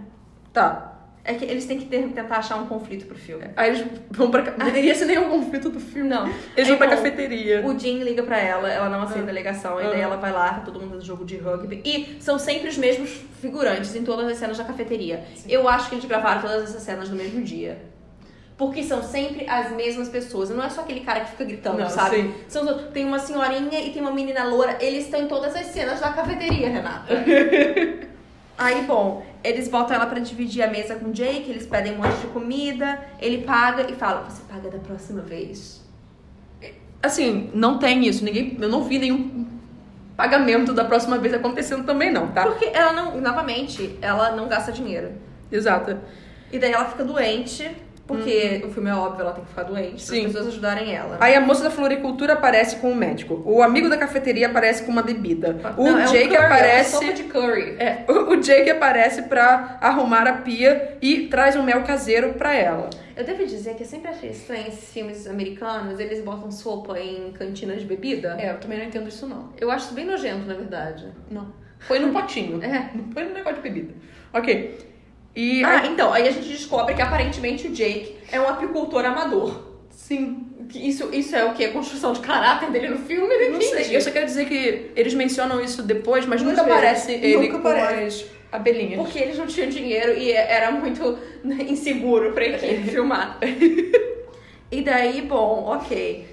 Tá. É que eles têm que ter- tentar achar um conflito pro filme. Aí eles vão pra... ca- E esse nem é o conflito do é filme. Não. Eles vão Aí, pra bom, cafeteria. O Jim liga pra ela, ela não aceita a ligação, e daí Ah. ela vai lá, tá todo mundo no jogo de rugby. E são sempre os mesmos figurantes em todas as cenas da cafeteria. Eu acho que eles gravaram todas essas cenas no mesmo dia. Porque são sempre as mesmas pessoas. Não é só aquele cara que fica gritando, Não, sabe? sim. São, tem uma senhorinha e tem uma menina loura. Eles estão em todas as cenas da cafeteria, Renata. (laughs) Aí, bom, eles botam ela pra dividir a mesa com o Jake, eles pedem um monte de comida, ele paga e fala: Você paga da próxima vez. Assim, não tem isso. Ninguém... Eu não vi nenhum pagamento da próxima vez acontecendo também não, tá? Porque ela não, novamente, ela não gasta dinheiro. Exato. E daí ela fica doente, porque o filme é óbvio, ela tem que ficar doente, para as Sim. pessoas ajudarem ela. Aí a moça da floricultura aparece com o médico. O amigo da cafeteria aparece com uma bebida. O Não, é um Jake curry, é uma aparece. sopa de curry. É, (laughs) o Jake aparece pra arrumar a pia e traz um mel caseiro pra ela. Eu devo dizer que eu sempre achei estranho esses filmes americanos, eles botam sopa em cantinas de bebida. É, eu também não entendo isso não. Eu acho isso bem nojento, na verdade. Não. Foi no potinho. É. Não foi no negócio de bebida. Ok. E. Ah, então, aí a gente descobre que aparentemente o Jake é um apicultor amador. sim. Que Isso, isso é o quê? Construção de caráter dele no filme? Eu Não entendi. é. sei. Eu só quero dizer que eles mencionam isso depois, mas Duas nunca vezes. aparece ele Nunca com aparece. as abelhinhas. Porque eles não tinham dinheiro e é, era muito (laughs) inseguro pra equipe (laughs) filmar. E daí, bom, ok.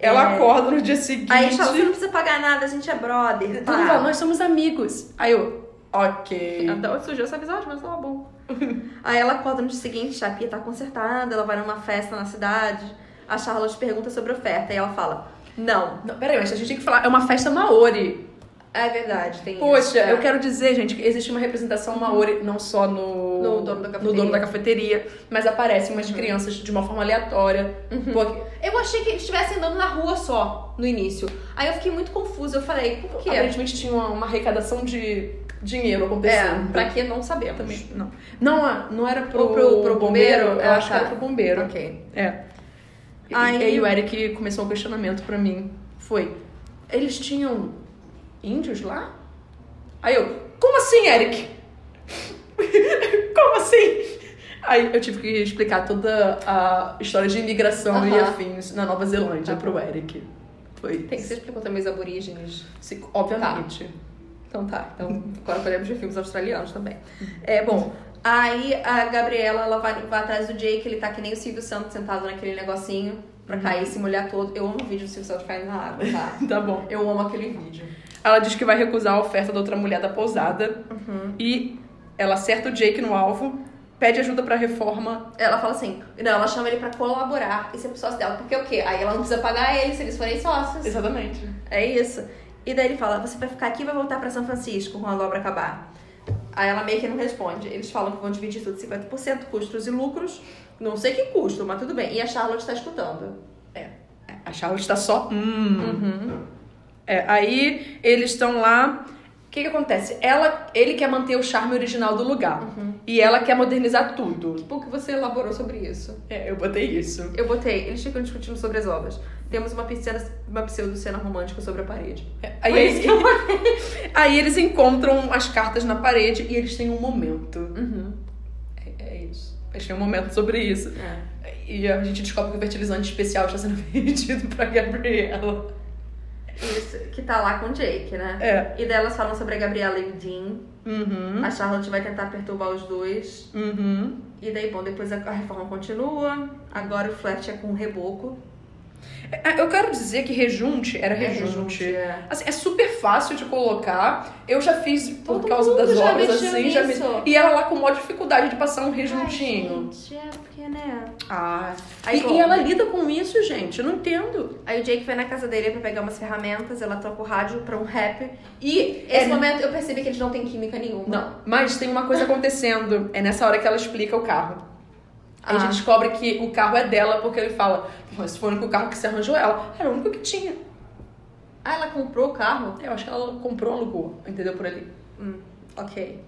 Ela É. acorda no dia seguinte. Ah. Aí eles falam, você não precisa pagar nada, a gente é brother. Todo mundo fala, Tá. nós somos amigos. Aí eu, ok. Então surgiu esse episódio, mas tava bom. (laughs) Aí ela acorda no dia seguinte, a pia tá consertada, ela vai numa festa na cidade. A Charlotte pergunta sobre a oferta e ela fala, não. Não, peraí, mas a gente tem que falar, é uma festa maori. É verdade, tem isso. Poxa, é. eu quero dizer, gente, que existe uma representação maori não só no, No dono da cafeteria. Uhum. no dono da cafeteria, mas aparecem umas crianças de uma forma aleatória. Porque, Eu achei que eles estivessem andando na rua só, no início. Aí eu fiquei muito confusa, eu falei, por quê? aparentemente tinha uma, uma arrecadação de dinheiro acontecendo. É, pra que não sabemos. Também, não. não, ah, não era pro, Ou pro- pro bombeiro? Eu Ah, acho tá. que era pro bombeiro. Ok. É. E- Aí- E aí o Eric começou um questionamento pra mim. Foi, eles tinham índios lá? Aí eu, como assim, Eric? (laughs) como assim? Aí eu tive que explicar toda a história de imigração e Aham. Tá afins na Nova Zelândia pro Eric. Foi. Tem que ser explicou também os aborígenes. Sim, Obviamente. Então tá, então agora falamos de filmes australianos também. É, bom, aí a Gabriela, ela vai, vai atrás do Jake, ele tá que nem o Silvio Santos sentado naquele negocinho pra cair e se molhar todo. Eu amo o vídeo do Silvio Santos caindo na água, tá? Tá bom. Eu amo aquele vídeo. Ela diz que vai recusar a oferta da outra mulher da pousada. E ela acerta o Jake no alvo, pede ajuda pra reforma Ela fala assim, não, ela chama ele pra colaborar e ser sócio dela, porque o quê? Aí ela não precisa pagar ele se eles forem sócios. Exatamente. É isso. E daí ele fala: você vai ficar aqui e vai voltar pra São Francisco quando a obra acabar. Aí ela meio que não responde. Eles falam que vão dividir tudo 50%, custos e lucros. Não sei que custo, mas tudo bem. E a Charlotte tá escutando. A Charlotte tá só. Hum. Uhum. É, aí eles estão lá. O que, que acontece? Ela, ele quer manter o charme original do lugar. E ela quer modernizar tudo. Tipo, que você elaborou sobre isso? É, eu botei isso. Eu botei, eles ficam discutindo sobre as obras. Temos uma, piscina, uma pseudo-cena romântica sobre a parede. Aí, Foi é isso que eu (laughs) aí eles encontram as cartas na parede e eles têm um momento. É, é isso. Eles têm um momento sobre isso. Uhum. É. E a gente descobre que o fertilizante especial está sendo (laughs) vendido pra Gabriela. Isso, que tá lá com o Jake, né? É. E daí elas falam sobre a Gabriela e o Dean. Uhum. A Charlotte vai tentar perturbar os dois. Uhum. E daí, bom, depois a a reforma continua. Agora o flerte é com o reboco. É, Eu quero dizer que rejunte era rejunte. é. Assim, é super fácil de colocar. Eu já fiz por Todo causa das mundo já obras, mexeu assim, já nisso. mexi- E era lá com maior dificuldade de passar um rejuntinho. Ai, gente, é porque, né? Ah. Aí, e, bom. e ela lida com isso, gente. Eu não entendo. Aí o Jake vai na casa dele pra pegar umas ferramentas, ela toca o rádio pra um rap. E esse É. momento eu percebi que eles não têm química nenhuma. Não. Mas tem uma coisa acontecendo. É nessa hora que ela explica o carro. Aí A Ah. gente descobre que o carro é dela, porque ele fala: "Pô, esse foi o único carro que você arranjou ela. Era o único que tinha. Ah, ela comprou o carro? Eu acho que ela comprou, alugou, entendeu? Por ali. Ok.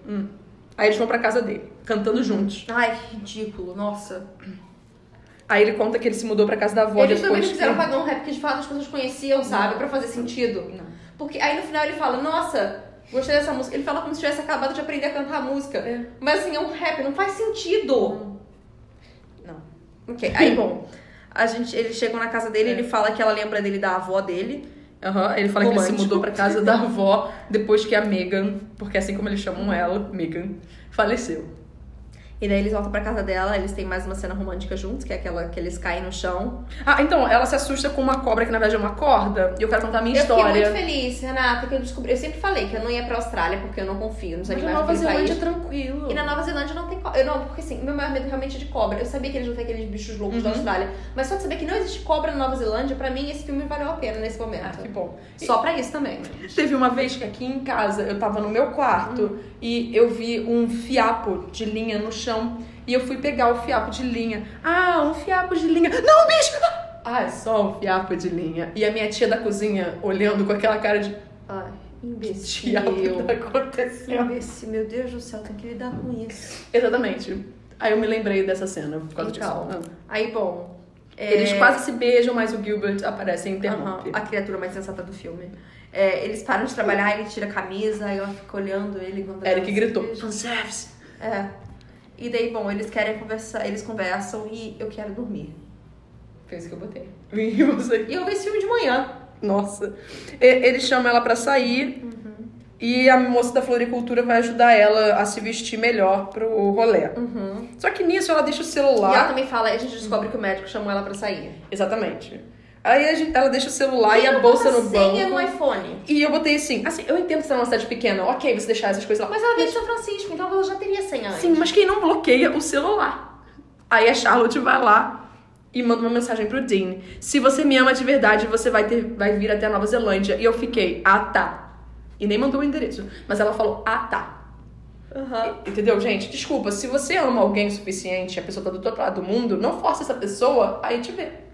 Aí eles vão pra casa dele, cantando juntos. Ai, que ridículo, nossa. Aí ele conta que ele se mudou pra casa da avó eles também depois. não quiseram que- pagar um rap que de fato as pessoas conheciam, sabe? Pra fazer sentido. Não. Porque aí no final ele fala, nossa, gostei dessa música. Ele fala como se tivesse acabado de aprender a cantar a música. É. Mas assim, é um rap, não faz sentido. Não. Ok, (laughs) aí bom. A gente, eles chegam na casa É. dele, ele fala que ela lembra dele da avó dele. Aham, Ele fala que ele se Romântico. mudou pra casa da avó depois que a Megan, porque assim como eles chamam ela, Megan, faleceu. E daí eles voltam pra casa dela, eles têm mais uma cena romântica juntos, que é aquela que eles caem no chão. Ah, então, ela se assusta com uma cobra que na verdade é uma corda. E eu quero contar a minha Eu fiquei história. muito feliz, Renata, que eu descobri. Eu sempre falei que eu não ia pra Austrália porque eu não confio nos Mas na animais Nova daquele Zelândia é país. tranquilo. E na Nova Zelândia não tem cobra. Eu não, porque assim, meu maior medo realmente é de cobra. Eu sabia que eles não têm aqueles bichos loucos Uhum. da Austrália. Mas só de saber que não existe cobra na Nova Zelândia, pra mim esse filme valeu a pena nesse Ah, momento. que bom. Só pra isso também. Teve uma vez que aqui em casa eu tava no meu quarto e eu vi um fiapo de linha no chão e eu fui pegar o fiapo de linha. Ah, um fiapo de linha. Não, bicho! Ah, é só um fiapo de linha. E a minha tia da cozinha olhando com aquela cara de Ai, imbecil. (laughs) diabo que tá acontecendo. Imbecil, meu Deus do céu, tem que lidar com isso. Exatamente. Aí eu me lembrei dessa cena por causa Então, disso. Ah. Aí, bom. é, Eles quase se beijam, mas o Gilbert aparece aham, e interrompe. a criatura mais sensata do filme. É, eles param de trabalhar, ele tira a camisa, aí ela fica olhando ele enquanto ela Eric se gritou. beija. Fanservice. É. E daí, bom, eles querem conversar, eles conversam e eu quero dormir. Foi isso que eu (laughs) botei. E você E eu vi esse filme de manhã. Nossa. E- Ele chama ela pra sair Uhum. e a moça da floricultura vai ajudar ela a se vestir melhor pro rolê. Só que nisso ela deixa o Uhum. E ela celular. também fala, a gente descobre que o médico chamou ela pra sair. Exatamente. Aí a gente- ela deixa o celular e Quem a não bolsa bota no senha no banco. iPhone. E eu botei assim, assim, eu entendo que você é uma cidade pequena, ok, você deixar essas coisas lá. Mas ela veio de São Francisco, então ela já teria senha antes. Sim, mas quem não bloqueia o celular? Aí a Charlotte vai lá e manda uma mensagem pro Dean. Se você me ama de verdade, você vai, ter, vai vir até a Nova Zelândia. E eu fiquei, ah tá. E nem mandou o endereço. Mas ela falou, ah tá. Aham. Entendeu, gente? Desculpa, se você ama alguém o suficiente, a pessoa tá do outro lado do mundo, não force essa pessoa a ir te ver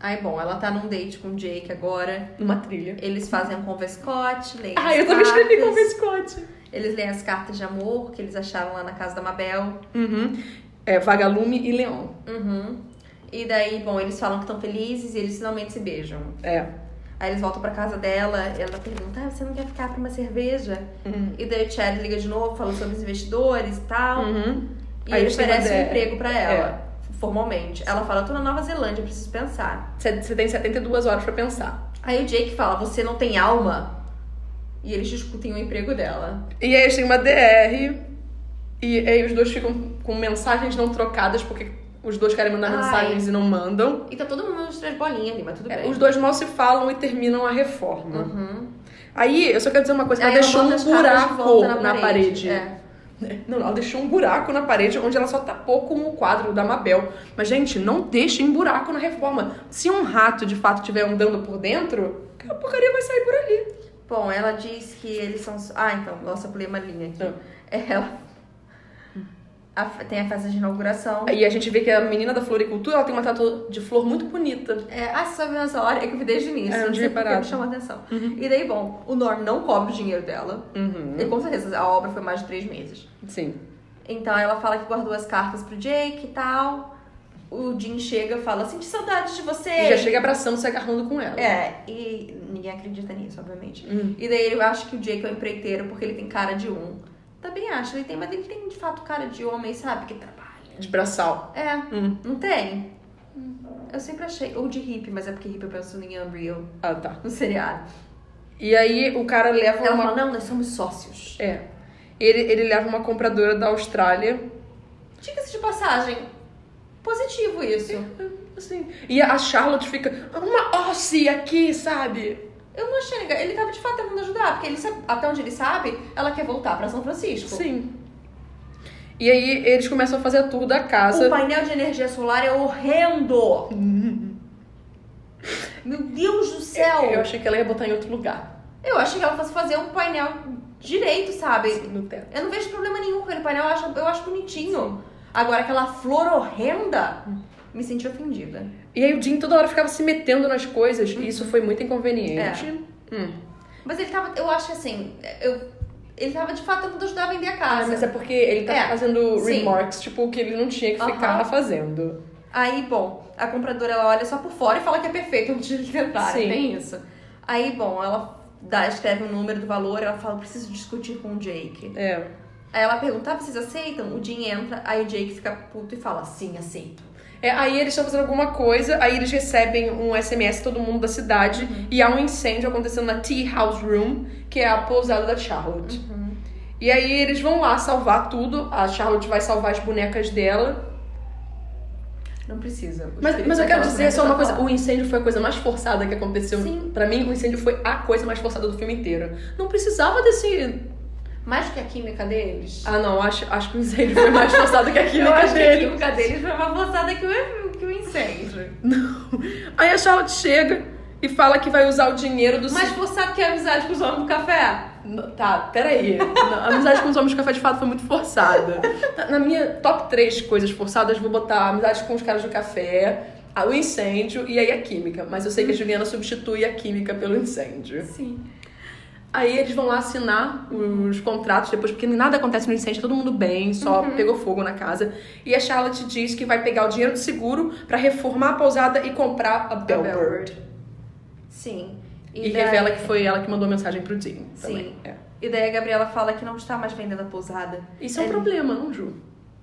Aí, bom, ela tá num date com o Jake agora. numa trilha. Eles fazem um converscote, leem Ah, as eu também escrevi cartas. com biscote. Eles leem as cartas de amor que eles acharam lá na casa da Mabel. Uhum. É, Vagalume e Leão. Uhum. E daí, bom, eles falam que estão felizes e eles finalmente se beijam. É. Aí eles voltam pra casa dela, ela pergunta, ah, você não quer ficar pra uma cerveja? Uhum. E daí o Chad liga de novo, fala sobre os investidores e tal. Uhum. E Aí ele eles têm oferece uma um ideia. emprego pra ela, formalmente. Ela fala, eu tô na Nova Zelândia, eu preciso pensar. Você você tem 72 horas pra pensar. Aí o Jake fala, você não tem alma? E eles discutem o emprego dela. E aí eles têm uma DR. E aí os dois ficam com mensagens não trocadas, porque os dois querem mandar Ai. mensagens e não mandam. E tá todo mundo nos três bolinhas ali, mas tudo É, bem. Hum. Os dois mal se falam e terminam a reforma. Aí, eu só quero dizer uma coisa, ela Uhum. Aí ela deixou bota um as cartas de buraco volta na, parede. É. Não, ela deixou um buraco na parede onde ela só tapou com o quadro da Mabel. Mas, gente, não deixem buraco na reforma. Se um rato de fato estiver andando por dentro, a porcaria vai sair por ali. Bom, ela diz que eles são. Ah, então, nossa, eu pulei uma linha aqui. Não. Ela. (laughs) A f- tem a festa de inauguração. Aí a gente vê que a menina da floricultura ela tem uma tatu de flor muito bonita. É, ah, você sabe nessa hora? É que eu vi desde o início. É, eu não não tinha sei Uhum. porque reparado. me chamou a atenção. E daí, bom, o Norm não cobre o dinheiro dela. Uhum. E com certeza, a obra foi mais de três meses. Sim. Então ela fala que guardou as cartas pro Jake e tal. O Jim chega e fala: Senti saudade de você. E já chega abraçando, se agarrando com ela. É, e ninguém acredita nisso, obviamente. Hum. E daí eu acho que o Jake é o empreiteiro porque ele tem cara de um. Também acho, ele tem, mas ele tem de fato cara de homem, sabe? Que trabalha. De braçal. É, Hum. não tem? Eu sempre achei. Ou de hippie, mas é porque hippie eu penso em Unreal, Ah, tá. no seriado. E aí o cara leva Ela É uma. fala, não, nós somos sócios. É. Ele, ele leva uma compradora da Austrália. Diga-se de passagem, positivo isso. Assim. E a Charlotte fica uma Ossie aqui, sabe? Eu não achei legal. Ele tava de fato tentando ajudar, porque ele sabe- até onde ele sabe, ela quer voltar pra São Francisco. Sim. E aí eles começam a fazer a tour da casa. O painel de energia solar é (laughs) horrendo. Meu Deus do céu! Eu achei que ela ia botar em outro lugar, Eu acho que ela fosse fazer um painel direito, sabe? no teto. Eu não vejo problema nenhum com aquele painel, eu acho, eu acho bonitinho. Agora, aquela flor horrenda, me senti ofendida. E aí o Jim toda hora ficava se metendo nas coisas, e isso foi muito inconveniente. Hum. Mas ele tava, eu acho que assim, eu, ele tava de fato tentando ajudar a vender a casa. Mas é porque ele tá É, fazendo sim. remarks, tipo, que ele não tinha que ficar Aham. fazendo. Aí, bom, a compradora ela olha só por fora e fala que é perfeito (laughs) antes de eles tentarem. Sim. Tem isso. Aí, bom, ela dá, escreve um número do valor, ela fala, preciso discutir com o Jake. É. Aí ela pergunta, ah, vocês aceitam? O Jim entra, aí o Jake fica puto e fala, sim, aceito. É, aí eles estão fazendo alguma coisa, aí eles recebem um SMS todo mundo da cidade e há um incêndio acontecendo na Tea House Room, que é a pousada da Charlotte. E aí eles vão lá salvar tudo, a Charlotte vai salvar as bonecas dela. Não precisa. O Mas, espírito mas eu quero daquela dizer só uma boneca coisa, tá o incêndio foi a coisa mais forçada que aconteceu. Sim. Pra mim, o incêndio foi a coisa mais forçada do filme inteiro. Não precisava desse... falando. Mais que a química deles. Ah não, acho, acho que o incêndio foi mais forçado que a (laughs) eu química acho que a dele. química deles foi mais avançada que o, que o incêndio. Aí a Charlotte chega e fala que vai usar o dinheiro do Mais forçado que a amizade com os homens do café. No- Tá, peraí. Não, A amizade com os homens de café de fato foi muito forçada. Tá, Na minha top 3 coisas forçadas, vou botar a amizade com os caras do café, a- o incêndio e aí a química. Mas eu sei que a Juliana substitui a química pelo incêndio. Sim. Aí eles vão lá assinar os contratos depois, porque nada acontece no incêndio, tá todo mundo bem, só pegou fogo na casa. E a Charlotte diz que vai pegar o dinheiro do seguro pra reformar a pousada e comprar a Bellbird. Sim. E, daí- revela que foi ela que mandou a mensagem pro Jim. também. Sim. É. E daí a Gabriela fala que não está mais vendendo a pousada. Isso é um É. problema, não, Ju?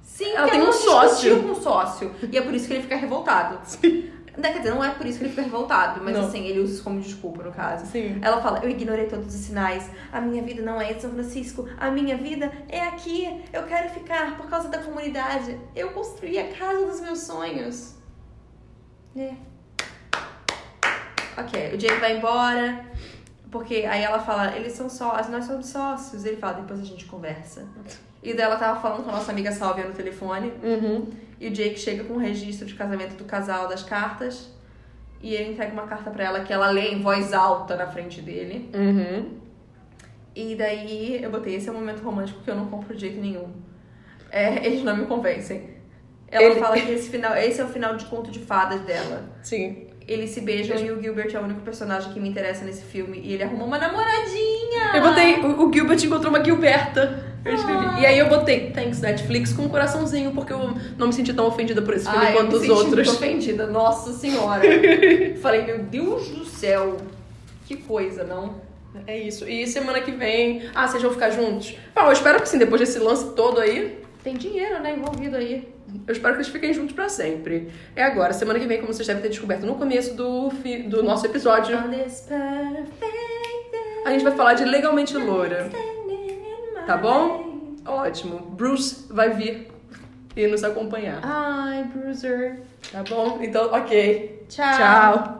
Sim, Ela porque tem um não discutiu sócio. com o sócio. E é por isso que ele fica revoltado. Sim. Quer dizer, não é por isso que ele fica revoltado, mas Não. assim, ele usa isso como desculpa, no caso. Sim. Ela fala, eu ignorei todos os sinais. A minha vida não é em São Francisco. A minha vida é aqui. Eu quero ficar por causa da comunidade. Eu construí a casa dos meus sonhos. É. Ok, o Jake vai embora. Porque aí ela fala, eles são sócios, nós somos sócios. Ele fala, depois a gente conversa. E daí ela tava falando com a nossa amiga Sálvia no telefone. Uhum. E o Jake chega com o registro de casamento do casal das cartas. E ele entrega uma carta pra ela que ela lê em voz alta na frente dele. Uhum. E daí eu botei esse é um momento romântico que eu não compro de jeito nenhum. É, eles não me convencem. Ela Ele- fala que esse, final, esse é o final de conto de fadas dela. Sim. Eles se beijam e o Gilbert é o único personagem que me interessa nesse filme. E ele arrumou uma namoradinha! Eu botei. O, o Gilbert encontrou uma Gilberta. Eu escrevi. Ah. E aí eu botei Thanks Netflix com um coraçãozinho, porque eu não me senti tão ofendida por esse filme Ai, Ah, eu me quanto os senti um muito outros. ofendida, nossa (laughs) senhora. Falei, meu Deus do céu. Que coisa, não? É isso. E semana que vem. Ah, vocês vão ficar juntos? Bom, eu espero que sim, depois desse lance todo aí. Tem dinheiro, né, envolvido aí. Eu espero que eles fiquem juntos pra sempre. É agora, semana que vem, como vocês devem ter descoberto no começo do, fi- do nosso episódio, On this perfect day, a gente vai falar de Legalmente Loura. standing in my Tá bom? way. Ótimo. Bruce vai vir e nos acompanhar. Ai, Bruiser. Tá bom? Então, ok. Tchau. Tchau.